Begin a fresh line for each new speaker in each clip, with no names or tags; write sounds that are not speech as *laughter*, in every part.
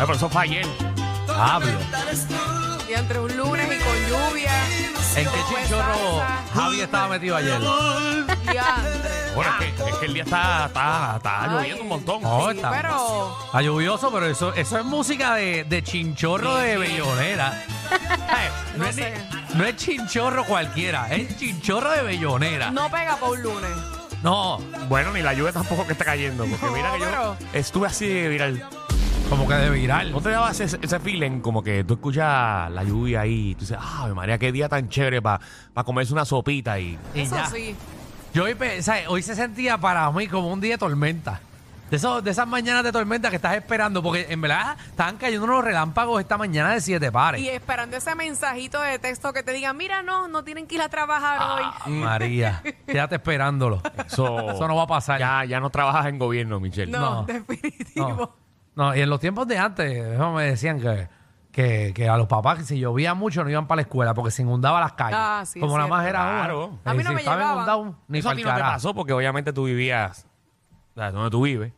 Ay, Ah, pero eso fue ayer.
Hablo.
Y entre un lunes y con lluvia.
¿En qué chinchorro Javi estaba metido ayer?
Ya.
Bueno, es que, es que el día está, está, está
Ay.
lloviendo un montón.
No,
Sí,
Oh, está-
pero
Está lluvioso, pero eso, eso es música de, de chinchorro de bellonera. Ay, no,
Eh,
No
es, ni-
sé.
no es chinchorro cualquiera, es chinchorro de bellonera.
no pega para un lunes.
No,
Bueno, ni la lluvia tampoco que está cayendo. Porque
No,
mira que yo
pero-
estuve así de viral.
como que de viral.
¿No te daba ese, ese feeling como que tú escuchas la lluvia ahí y tú dices, ay, María, qué día tan chévere para comerse una sopita y...
Y
Eso
ya.
sí.
Yo hoy, pe- ¿sabes? hoy se sentía para mí como un día de tormenta. De, esos, de esas mañanas de tormenta que estás esperando, porque en verdad estaban cayendo unos relámpagos esta mañana de siete pares.
Y esperando ese mensajito de texto que te diga, mira, no, no tienen que ir a trabajar
Ah,
hoy.
María, quédate esperándolo.
Eso,
*laughs* Eso no va a pasar.
Ya, ya no trabajas en gobierno, Michelle.
*laughs* No,
no.
definitivo.
No, no, y en los tiempos de antes, eso me decían que, que, que a los papás, que si llovía mucho, no iban para la escuela porque se inundaba las calles.
Ah, sí,
Como
es
nada más
cierto.
era una.
Claro.
A mí no
Si
me
estaba
llegaba.
inundado, ni
Eso a
pa'l
ti no te
carajo.
pasó porque obviamente tú vivías, o sea, donde tú vives,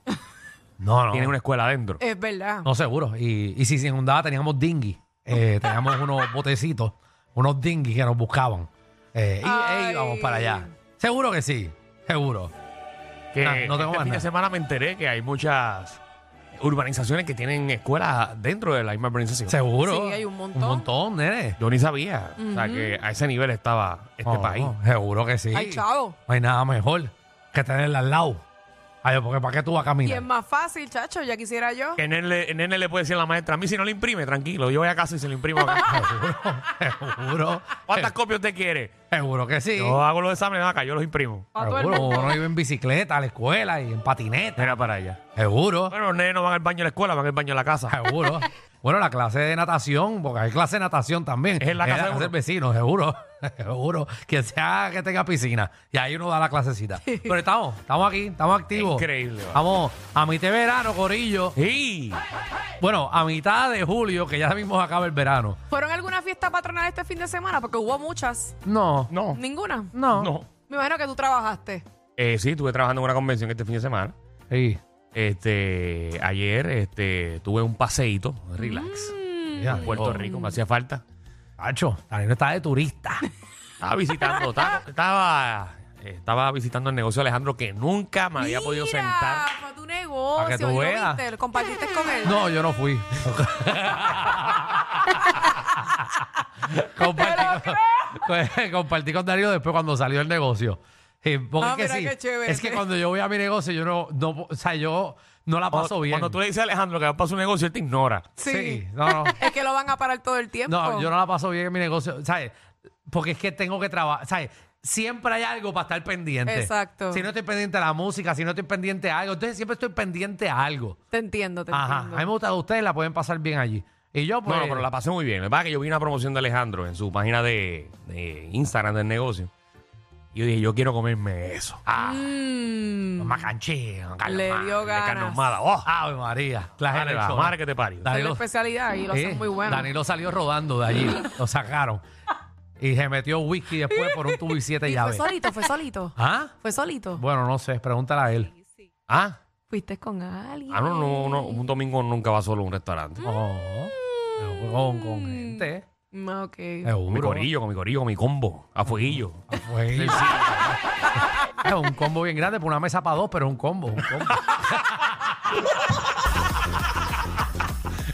No, no.
tienes una escuela adentro.
Es verdad.
No, seguro. Y, y si se inundaba, teníamos dinghy.
*laughs*
Eh, teníamos unos botecitos, unos dinghy que nos buscaban. Eh, y
Ay.
e íbamos para allá. Seguro que sí, seguro.
Que
Ah, no tengo
este
más
fin
nada.
de semana me enteré que hay muchas urbanizaciones que tienen escuelas dentro de la misma urbanización.
Seguro.
Sí, hay un montón.
Un montón, nene.
Yo ni sabía. O sea, que a ese nivel estaba este
No,
país.
no, Oh, seguro que sí.
Ay, chavo.
No hay nada mejor que tenerla al lado. Ay, porque ¿para qué tú vas a
Y
caminar?
es más fácil, chacho, ya quisiera yo.
Que nene, le- nene le puede decir a la maestra, a mí si no le imprime, tranquilo, yo voy a casa y se lo imprimo acá.
*laughs* Seguro.
¿Cuántas copias te quiere?
Seguro que sí.
Yo hago los exámenes acá, yo los imprimo.
Pa' todo el
seguro.
mundo.
Uno iba en bicicleta a la escuela y en patineta.
Era para allá.
Seguro.
Bueno, los nenes no van al baño de la escuela, van al baño de la casa.
*laughs*
Seguro. Bueno, la clase de natación, porque hay clase de natación también.
Es en la casa de uno.
del vecino, seguro. *laughs* seguro. Quien sea que tenga piscina. Y ahí uno da la clasecita. Pero estamos, estamos aquí, estamos activos.
Increíble, vale.
Estamos a mitad de verano, Corillo.
¡Sí!
Bueno, a mitad de julio, que ya mismo se acaba el verano.
¿Fueron alguna fiesta patronal este fin de semana? Porque hubo muchas.
No.
No.
¿Ninguna?
No.
No.
Me imagino que tú trabajaste.
Eh, sí, estuve trabajando en una convención este fin de semana.
Sí.
Este, ayer este, tuve un paseíto, relax,
Mm. Ya, oh.
en Puerto
digo,
Rico, me hacía falta.
Tacho, Danilo está de turista.
Estaba visitando,
*laughs*
estaba, estaba, estaba visitando el negocio de Alejandro que nunca me había podido
Mira,
sentar.
Para tu negocio.
Para que tú
¿y lo
veas.
viste? ¿Lo compartiste con él?
No, yo no fui. compartí, con, *laughs* compartí con Darío después cuando salió el negocio. Eh, porque
Ah,
es que
mira
sí,
qué chévere.
es que cuando yo voy a mi negocio, yo no, no- o sea, yo no la paso
Cuando,
bien.
cuando tú le dices a Alejandro que va para su negocio, él te ignora.
Sí.
Sí, no, no.
Es que lo van a parar todo el tiempo.
No, yo no la paso bien en mi negocio, ¿sabes? Porque es que tengo que trabajar, ¿sabes? Siempre hay algo para estar pendiente.
Exacto.
Si no estoy pendiente a la música, si no estoy pendiente a algo, entonces siempre estoy pendiente a algo.
Te entiendo, te
Ajá. A mí me
entiendo.
gusta que ustedes la pueden pasar bien allí. Y yo, pues.
No, no, pero la pasé muy bien. Lo que pasa es que yo vi una promoción de Alejandro en su página de, de Instagram del negocio. Y yo dije, yo quiero comerme eso. Ah,
Mm.
Macanché,
Le dio ganas.
Oh,
Ave María.
dale, la madre que te parió.
Es la
Danilo,
especialidad y lo
eh,
hacen muy bueno.
Danilo salió rodando de allí. lo sacaron. Y se metió whisky después por un tubo y siete
*laughs* Y fue
llaves.
solito, fue solito.
¿Ah?
Fue solito.
Bueno, no sé. Pregúntale a él.
Ah,
Fuiste con alguien.
ah, no, no, no, un domingo nunca va solo a un restaurante.
Oh,
Mm.
pero con, con gente.
Mm, Ok.
Con mi
Seguro.
corillo, con mi corillo, con mi combo, a fueguillo.
Pues, *laughs* Es un combo bien grande, por una mesa para dos, pero es un combo. Un
*laughs*
combo.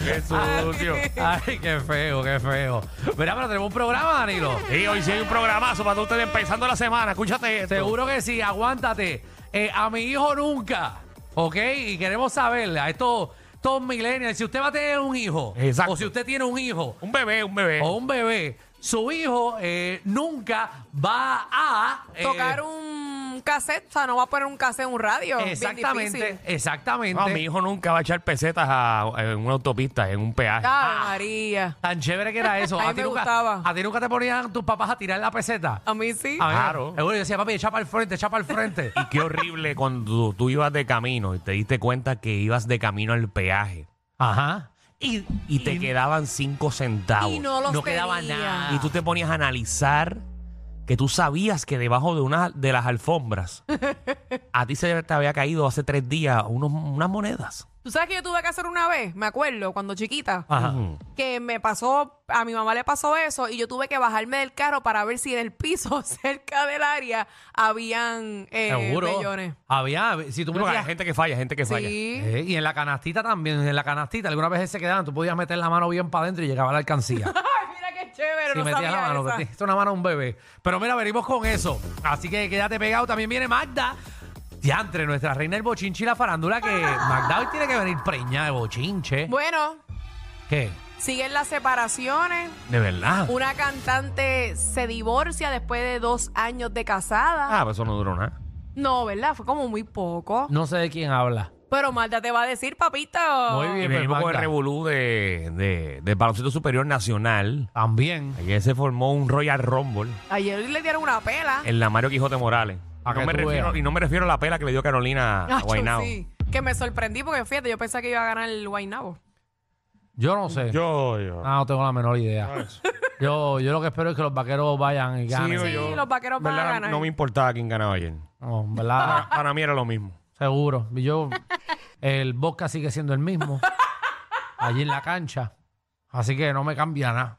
¡Qué sucio!
Ay, qué feo, qué feo. Mira, pero tenemos un programa, Danilo.
Y hoy sí hay un programazo para todos ustedes empezando la semana. Escúchate esto.
Seguro que sí, aguántate. Eh, a mi hijo nunca, ¿ok? Y queremos saber, a estos, estos millennials, si usted va a tener un hijo,
Exacto.
o si usted tiene un hijo
Un bebé, un bebé.
o un bebé, su hijo eh, nunca va a... eh,
Tocar un cassette, o sea, no va a poner un cassette en un radio. bien
Exactamente,
difícil.
exactamente.
No, mi hijo nunca va a echar pesetas a, en una autopista, en un peaje.
Ah.
Ave María.
Tan chévere que era eso.
*laughs* A mí
ti
me
nunca,
gustaba.
A ti nunca te ponían tus papás a tirar la peseta.
A mí sí.
A mí-
Claro.
Seguro, yo decía, papi, echa para el frente, echa para el frente.
*laughs* Y qué horrible cuando tú, tú ibas de camino y te diste cuenta que ibas de camino al peaje.
Ajá.
Y, y te quedaban cinco centavos.
Y no los
no quedaba
tenía.
nada.
Y tú te ponías a analizar que tú sabías que debajo de una de *laughs* las alfombras a ti se te había caído hace tres días unos- unas monedas.
Tú sabes que yo tuve que hacer una vez, me acuerdo, cuando chiquita,
Ajá.
Ujú.
que me pasó, a mi mamá le pasó eso y yo tuve que bajarme del carro para ver si en el piso *laughs* cerca del área habían eh,
Seguro.
vellones.
Había, si tú
Sí, porque hay
metías...
gente que falla, gente que falla.
Sí.
Eh, y en la canastita también, en la canastita, algunas veces se quedaban, tú podías meter la mano bien para adentro y llegaba a la
*laughs*
alcancía.
Ay, mira qué chévere,
Si
no
metías
sabía
la mano,
esa.
metí- esto es una mano a un bebé. Pero mira, venimos con eso. Así que quédate pegado. También viene Magda. Diantre, nuestra reina del bochinche y la farándula, que Magda hoy tiene que venir preñada de bochinche.
Ah. Bueno,
¿Qué?
siguen las separaciones.
De verdad.
Una cantante se divorcia después de dos años de casada.
Ah, pues eso no duró nada.
No, ¿verdad? Fue como muy poco.
No sé de quién habla.
Pero Marta te va a decir, papita.
Muy
Y
bien.
venimos con el
Magda.
revolú de, de, del baloncesto superior nacional.
También.
Ayer se formó un Royal Rumble
Ayer le dieron una pela.
en la Mario Quijote Morales.
Pa'
No
que
me
tú
refiero-
veas.
y no me refiero a la pela que le dio Carolina a
Nacho,
Guaynabo.
sí. Que me sorprendí porque fíjate, yo pensaba que iba a ganar el Guainabo.
Yo no sé.
Yo, yo.
Ah, no tengo la menor idea.
pues,
Yo, yo lo que espero es que los vaqueros vayan y ganen.
Sí, los vaqueros van a
¿verdad?
ganar.
No me importaba quién ganaba ayer.
No, en
*laughs*
¿verdad?
Para, para mí era lo mismo.
Seguro. Y Yo, el Boca sigue siendo el mismo. Allí en la cancha. Así que no me cambia nada.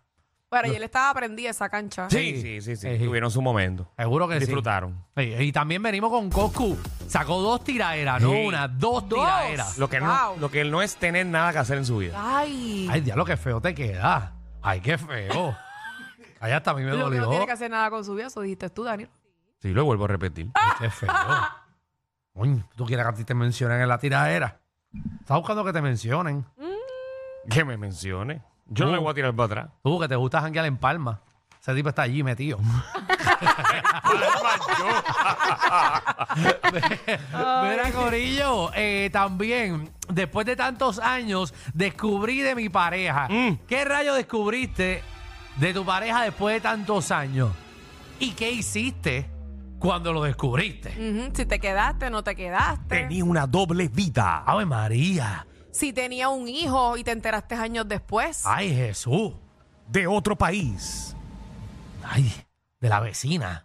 Pero ayer estaba prendida esa cancha.
Sí.
sí, sí. sí.
Sí.
Tuvieron su momento.
Seguro que sí.
Disfrutaron.
Sí, Y también venimos con Coscu. Sacó dos tiraderas, no
Sí.
una, dos,
Dos.
tiraderas.
Lo que,
Wow.
no, lo que no es tener nada que hacer en su vida.
Ay.
Ay, diablo, qué feo te queda. Ay, qué feo. Ay, hasta a mí me
lo que
dolió.
no tiene que hacer nada con su vida, eso dijiste tú, Daniel.
Sí, lo vuelvo a repetir.
Ay, qué feo. Uy, tú quieres que a ti te mencionen en la tiradera. Estás buscando que te mencionen.
*laughs* Que me mencione. Yo no
Uh.
me voy a tirar para atrás.
Tú, que te gusta janguear en Palma. Ese tipo está allí *laughs* metido. Mira, Corillo, eh, también, después de tantos años, descubrí de mi pareja.
Mm.
¿Qué rayo descubriste de tu pareja después de tantos años? ¿Y qué hiciste cuando lo descubriste?
Ujú, Si te quedaste, no te quedaste.
Tenía una doble vida.
Ave María.
Si tenía un hijo y te enteraste años después.
Ay, Jesús.
de otro país.
Ay, de la vecina.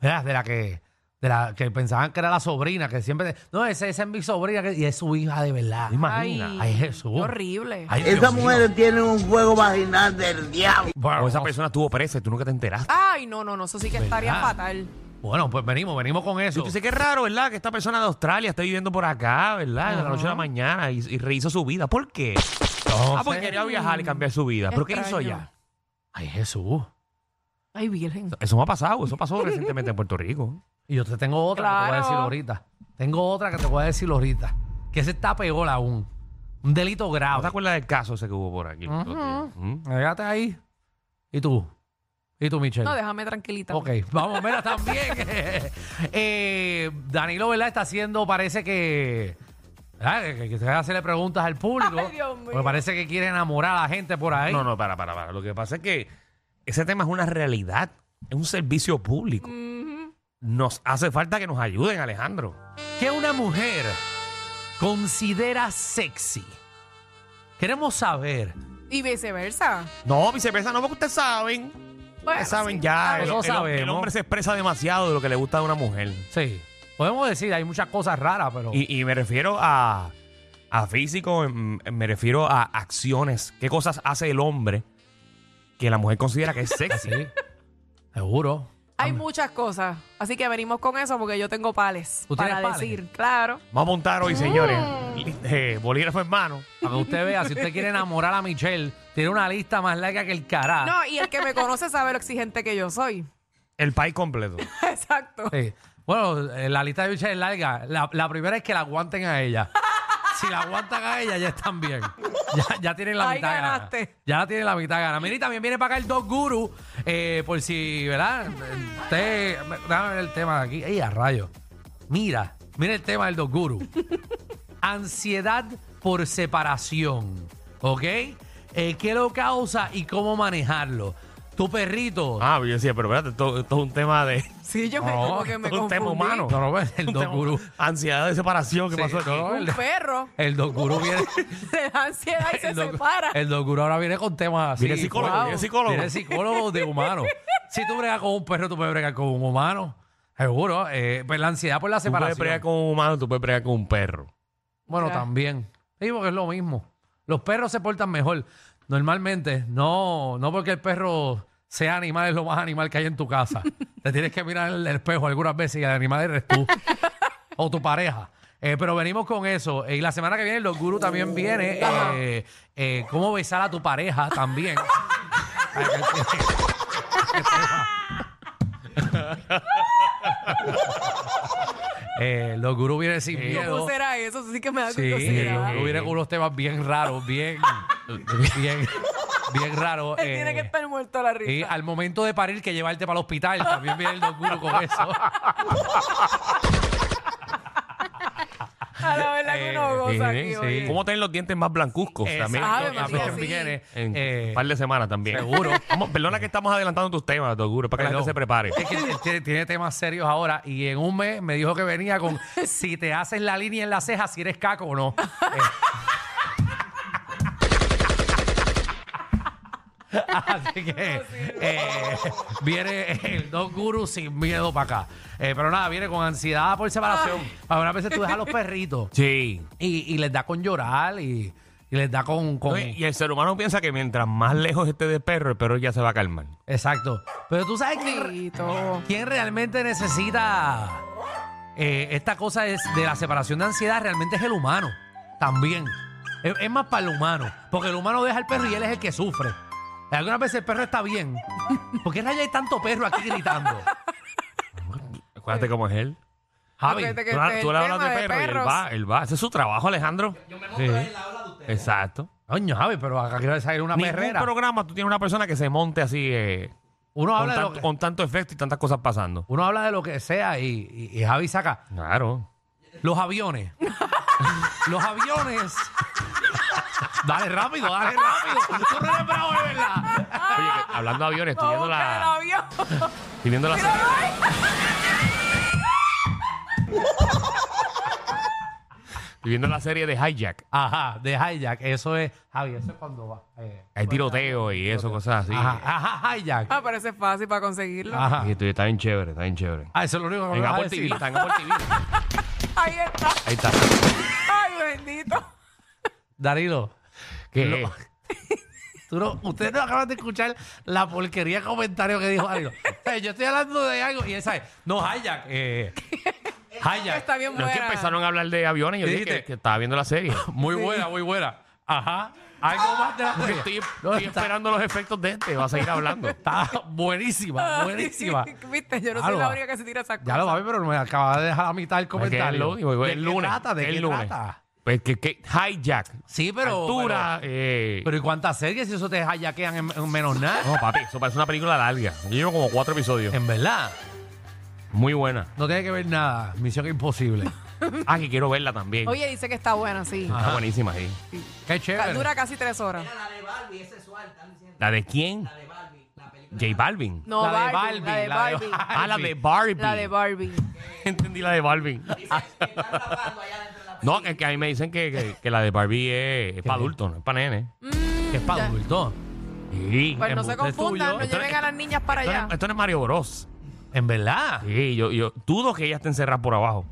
¿Verdad? De la que, de la que pensaban que era la sobrina, que siempre. No, esa, esa es mi sobrina que- y es su hija de verdad.
Imagina.
Ay, Jesús.
qué Horrible.
Ay, Dios
Esa
mío.
mujer tiene un juego vaginal del diablo.
Bueno,
O esa
no sé.
persona estuvo presa y tú nunca te enteraste.
Ay, no, no, no, eso sí que estaría
¿Verdad?
fatal.
Bueno, pues venimos, venimos con
Y
eso.
tú dices, qué raro, ¿verdad? Que esta persona de Australia está viviendo por acá, ¿verdad? De la noche a la mañana y, y rehizo su vida. ¿Por qué?
No
ah, porque
sé.
quería viajar y cambiar su vida.
Qué
¿Pero qué hizo
extraño.
ya?
Ay, Jesús.
Ay, virgen.
Eso me ha pasado, eso pasó recientemente en Puerto *laughs* Rico.
Y yo te tengo otra que te voy a
Claro.
decir ahorita. Tengo otra que te voy a decir ahorita. Que ese está peor aún. Un delito
¿No te
grave.
acuerdas del caso ese que hubo por aquí? ¿Mm?
Llegate ahí. ¿Y tú? ¿Y tú, Michelle?
No, déjame tranquilita.
Ok, vamos, mira, también.
*laughs*
eh, Danilo, ¿verdad? Está haciendo, parece que. ¿verdad? Que, que- que se va a hacerle preguntas al público.
Ay, Dios mío.
Porque parece que quiere enamorar a la gente por ahí.
No, no, para, para, para. Lo que pasa es que ese tema es una realidad, es un servicio público. Nos hace falta que nos ayuden, Alejandro.
¿Qué una mujer considera sexy? Queremos saber.
Y viceversa.
No, viceversa, no, porque ustedes saben.
Bueno,
Ustedes saben
sí.
ya,
claro.
el,
Eso
el- el
sabemos.
hombre se expresa demasiado de lo que le gusta de una mujer.
Sí. Podemos decir, hay muchas cosas raras, pero.
Y, y me refiero a, a físico, em, em, me refiero a acciones. ¿Qué cosas hace el hombre que la mujer considera que es sexy?
Sí. Seguro.
Hay muchas cosas. Así que venimos con eso porque yo tengo pales
¿Tú
para
tienes pales?
decir. Claro.
Vamos a montar hoy, señores. Eh, bolígrafo en mano.
Para que usted vea, si usted quiere enamorar a Michelle, tiene una lista más larga que el carajo.
No, y el que me conoce sabe lo exigente que yo soy. *laughs*
El país completo.
Exacto.
Sí. Bueno, eh, la lista de bichas es larga. La, la primera es que la aguanten a ella. Si la aguantan a ella, ya están bien. Ya, ya tienen la
Ahí
mitad gana.
ganaste.
Ya la tienen la mitad gana. Mira, y también viene para acá el Dog Guru. eh, por si, ¿verdad? Usted, déjame ver el tema de aquí. ¡Ey, a rayo! Mira, mira el tema del Dog Guru. Ansiedad por separación. ¿Ok? Eh, ¿Qué lo causa y cómo manejarlo? Tu perrito.
Ah, yo decía, pero espérate, esto, esto es un tema
*laughs*
de.
Sí, yo me,
No,
como que me
todo un tema
confundí.
humano.
No, no, el
un
Dog
tema-
Guru.
Ansiedad de separación, ¿qué
Sí,
pasó? aquí?
no, no,
Un
el- *laughs*
perro
El docuro viene.
le da
*laughs*
ansiedad y se
doc-
separa.
el docuro ahora viene con temas así.
Viene psicólogo,
wow.
viene psicólogo.
Viene psicólogo de
*laughs*
humano. si tú bregas con un perro, tú puedes bregar con un humano. Seguro. Eh, pues la ansiedad por la
Tú puedes
separación.
pregar con un humano, tú puedes pregar con un perro.
Bueno,
Claro.
también. Sí, porque es lo mismo. Los perros se portan mejor. Normalmente, no, no porque el perro sea animal es lo más animal que hay en tu casa. Te tienes que mirar el espejo algunas veces y el animal eres tú o tu pareja. Eh, pero venimos con eso. Eh, y la semana que viene los gurús también viene eh, eh, cómo besar a tu pareja también. Eh, los gurús vienen sin miedo.
¿Cómo será eso? Eso sí que me *laughs* da
Sí,
curiosidad.
hubiera viene con unos temas bien raros,
*laughs*
bien, bien, bien raros.
Él tiene
eh,
que estar muerto a la
y
risa.
al momento de parir que llevarte para el hospital, también viene el doctor
*laughs*
con eso.
*laughs* a la verdad que uno goza
eh, sí,
aquí,
sí.
oye.
¿Cómo tener los dientes más blancuzcos? También.
Ave
Exacto,
María,
también
sí.
viene,
En
eh,
un par de semanas también.
seguro.
*laughs* Vamos, perdona que estamos adelantando tus temas, Doguro, para que la
Perdón.
gente se prepare.
Es que él tiene, tiene temas serios ahora y en un mes me dijo que venía con si te haces la línea en la ceja, si eres caco o no. *laughs* Eh. Así que eh, viene el Don Guru sin miedo para acá. Eh, pero nada, viene con ansiedad por separación. Algunas veces tú dejas a los perritos
Sí.
y, y les da con llorar y, y les da con... con-
Oye, Y el ser humano piensa que mientras más lejos esté del perro, el perro ya se va a calmar.
Exacto. Pero tú sabes que...
Bendito.
¿Quién realmente necesita eh, esta cosa es de la separación de ansiedad? Realmente es el humano. También. Es, es más para el humano. Porque el humano deja al perro y él es el que sufre. Algunas veces el perro está bien. ¿Por qué raya hay tanto perro aquí
*laughs*
gritando?
Acuérdate cómo es él.
Javi.
Acuérdate que
Tú,
este es
tú
el
le hablas
tema
de perro y él
perros.
va, él va. Ese es su trabajo, Alejandro. Yo me Exacto.
Coño, Javi, pero acá quiero salir una
Ningún
perrera.
programa tú tienes una persona que se monte así eh,
Uno
con,
habla, de lo
tanto,
que,
con tanto efecto y tantas cosas pasando.
uno habla de lo que sea y, y- y Javi saca
Claro. *laughs*
los aviones. los aviones. dale rápido, dale rápido. Tú no eres bravo, de verdad.
Oye, que hablando de aviones, estoy
Vamos
viendo
a buscar el
la,
avión. *laughs*
estoy viendo la serie- estoy viendo la serie de Hijack.
Ajá, de hijack. Eso es, Javi, eso es cuando va. eh,
Hay tiroteo y eso, cosas así.
Ajá, ajá, hijack.
Ah, pero ese es fácil para conseguirlo.
Ajá.
Y estoy- está bien chévere, está bien chévere.
Ah, eso es lo único
En
que me vas a
Apple
decir.
TV, está en Apple TV.
Ahí está.
Ahí está.
Ay, bendito.
Danilo,
¿Qué
No.
es?
tú no, ustedes no acaban de escuchar la porquería de comentario que dijo Danilo. O sea, yo estoy hablando de algo y él sabe, no, hijack. Eh, hijack.
Está bien
No
buena.
es que empezaron a hablar de aviones y yo
¿Qué
dije que,
dijiste?
que estaba viendo la serie.
*laughs* Muy buena, muy buena. Ajá. Algo más de la
Porque
serie.
estoy,
No,
estoy
está-
esperando los efectos de este, vas a seguir
*laughs*
hablando.
Está buenísima, buenísima.
*laughs* Viste, yo no
Claro,
soy la
va.
única que se tira esa cosa.
Ya lo va a ver, pero me acaba de dejar a mitad el
Es que
comentario.
es lo único,
¿De
es
qué
lunes.
trata? ¿De
es
qué
lunes.
trata?
Pues que, que hijack,
Sí, pero.
altura, eh,
Pero, pero ¿y cuántas series si eso te hallaquean en, en menos nada?
No, papi, eso parece una película larga. Yo llevo como cuatro episodios.
Em.
En verdad,
Muy buena.
no tiene que ver nada. Misión imposible.
Ah, que quiero verla también.
Oye, dice que está buena, sí.
Está buenísima, sí.
Qué chévere.
Dura casi tres horas.
¿La de quién? La de J Balvin.
No,
la, de
Barbie,
Barbie,
la de Barbie.
Ah, la de Barbie.
La de Barbie.
*laughs* Entendí la de Barbie. No, que, que a mí me dicen que, que- que la de Barbie es, para adultos, no es para nene.
Que es para adultos.
Sí,
Pues no
embuste
se
tuyo.
confundan, no
Esto no-
lleven a las niñas para
esto no-
allá.
Esto no es Mario Bros.
En verdad.
Sí, yo, yo dudo que ella esté encerrada por abajo.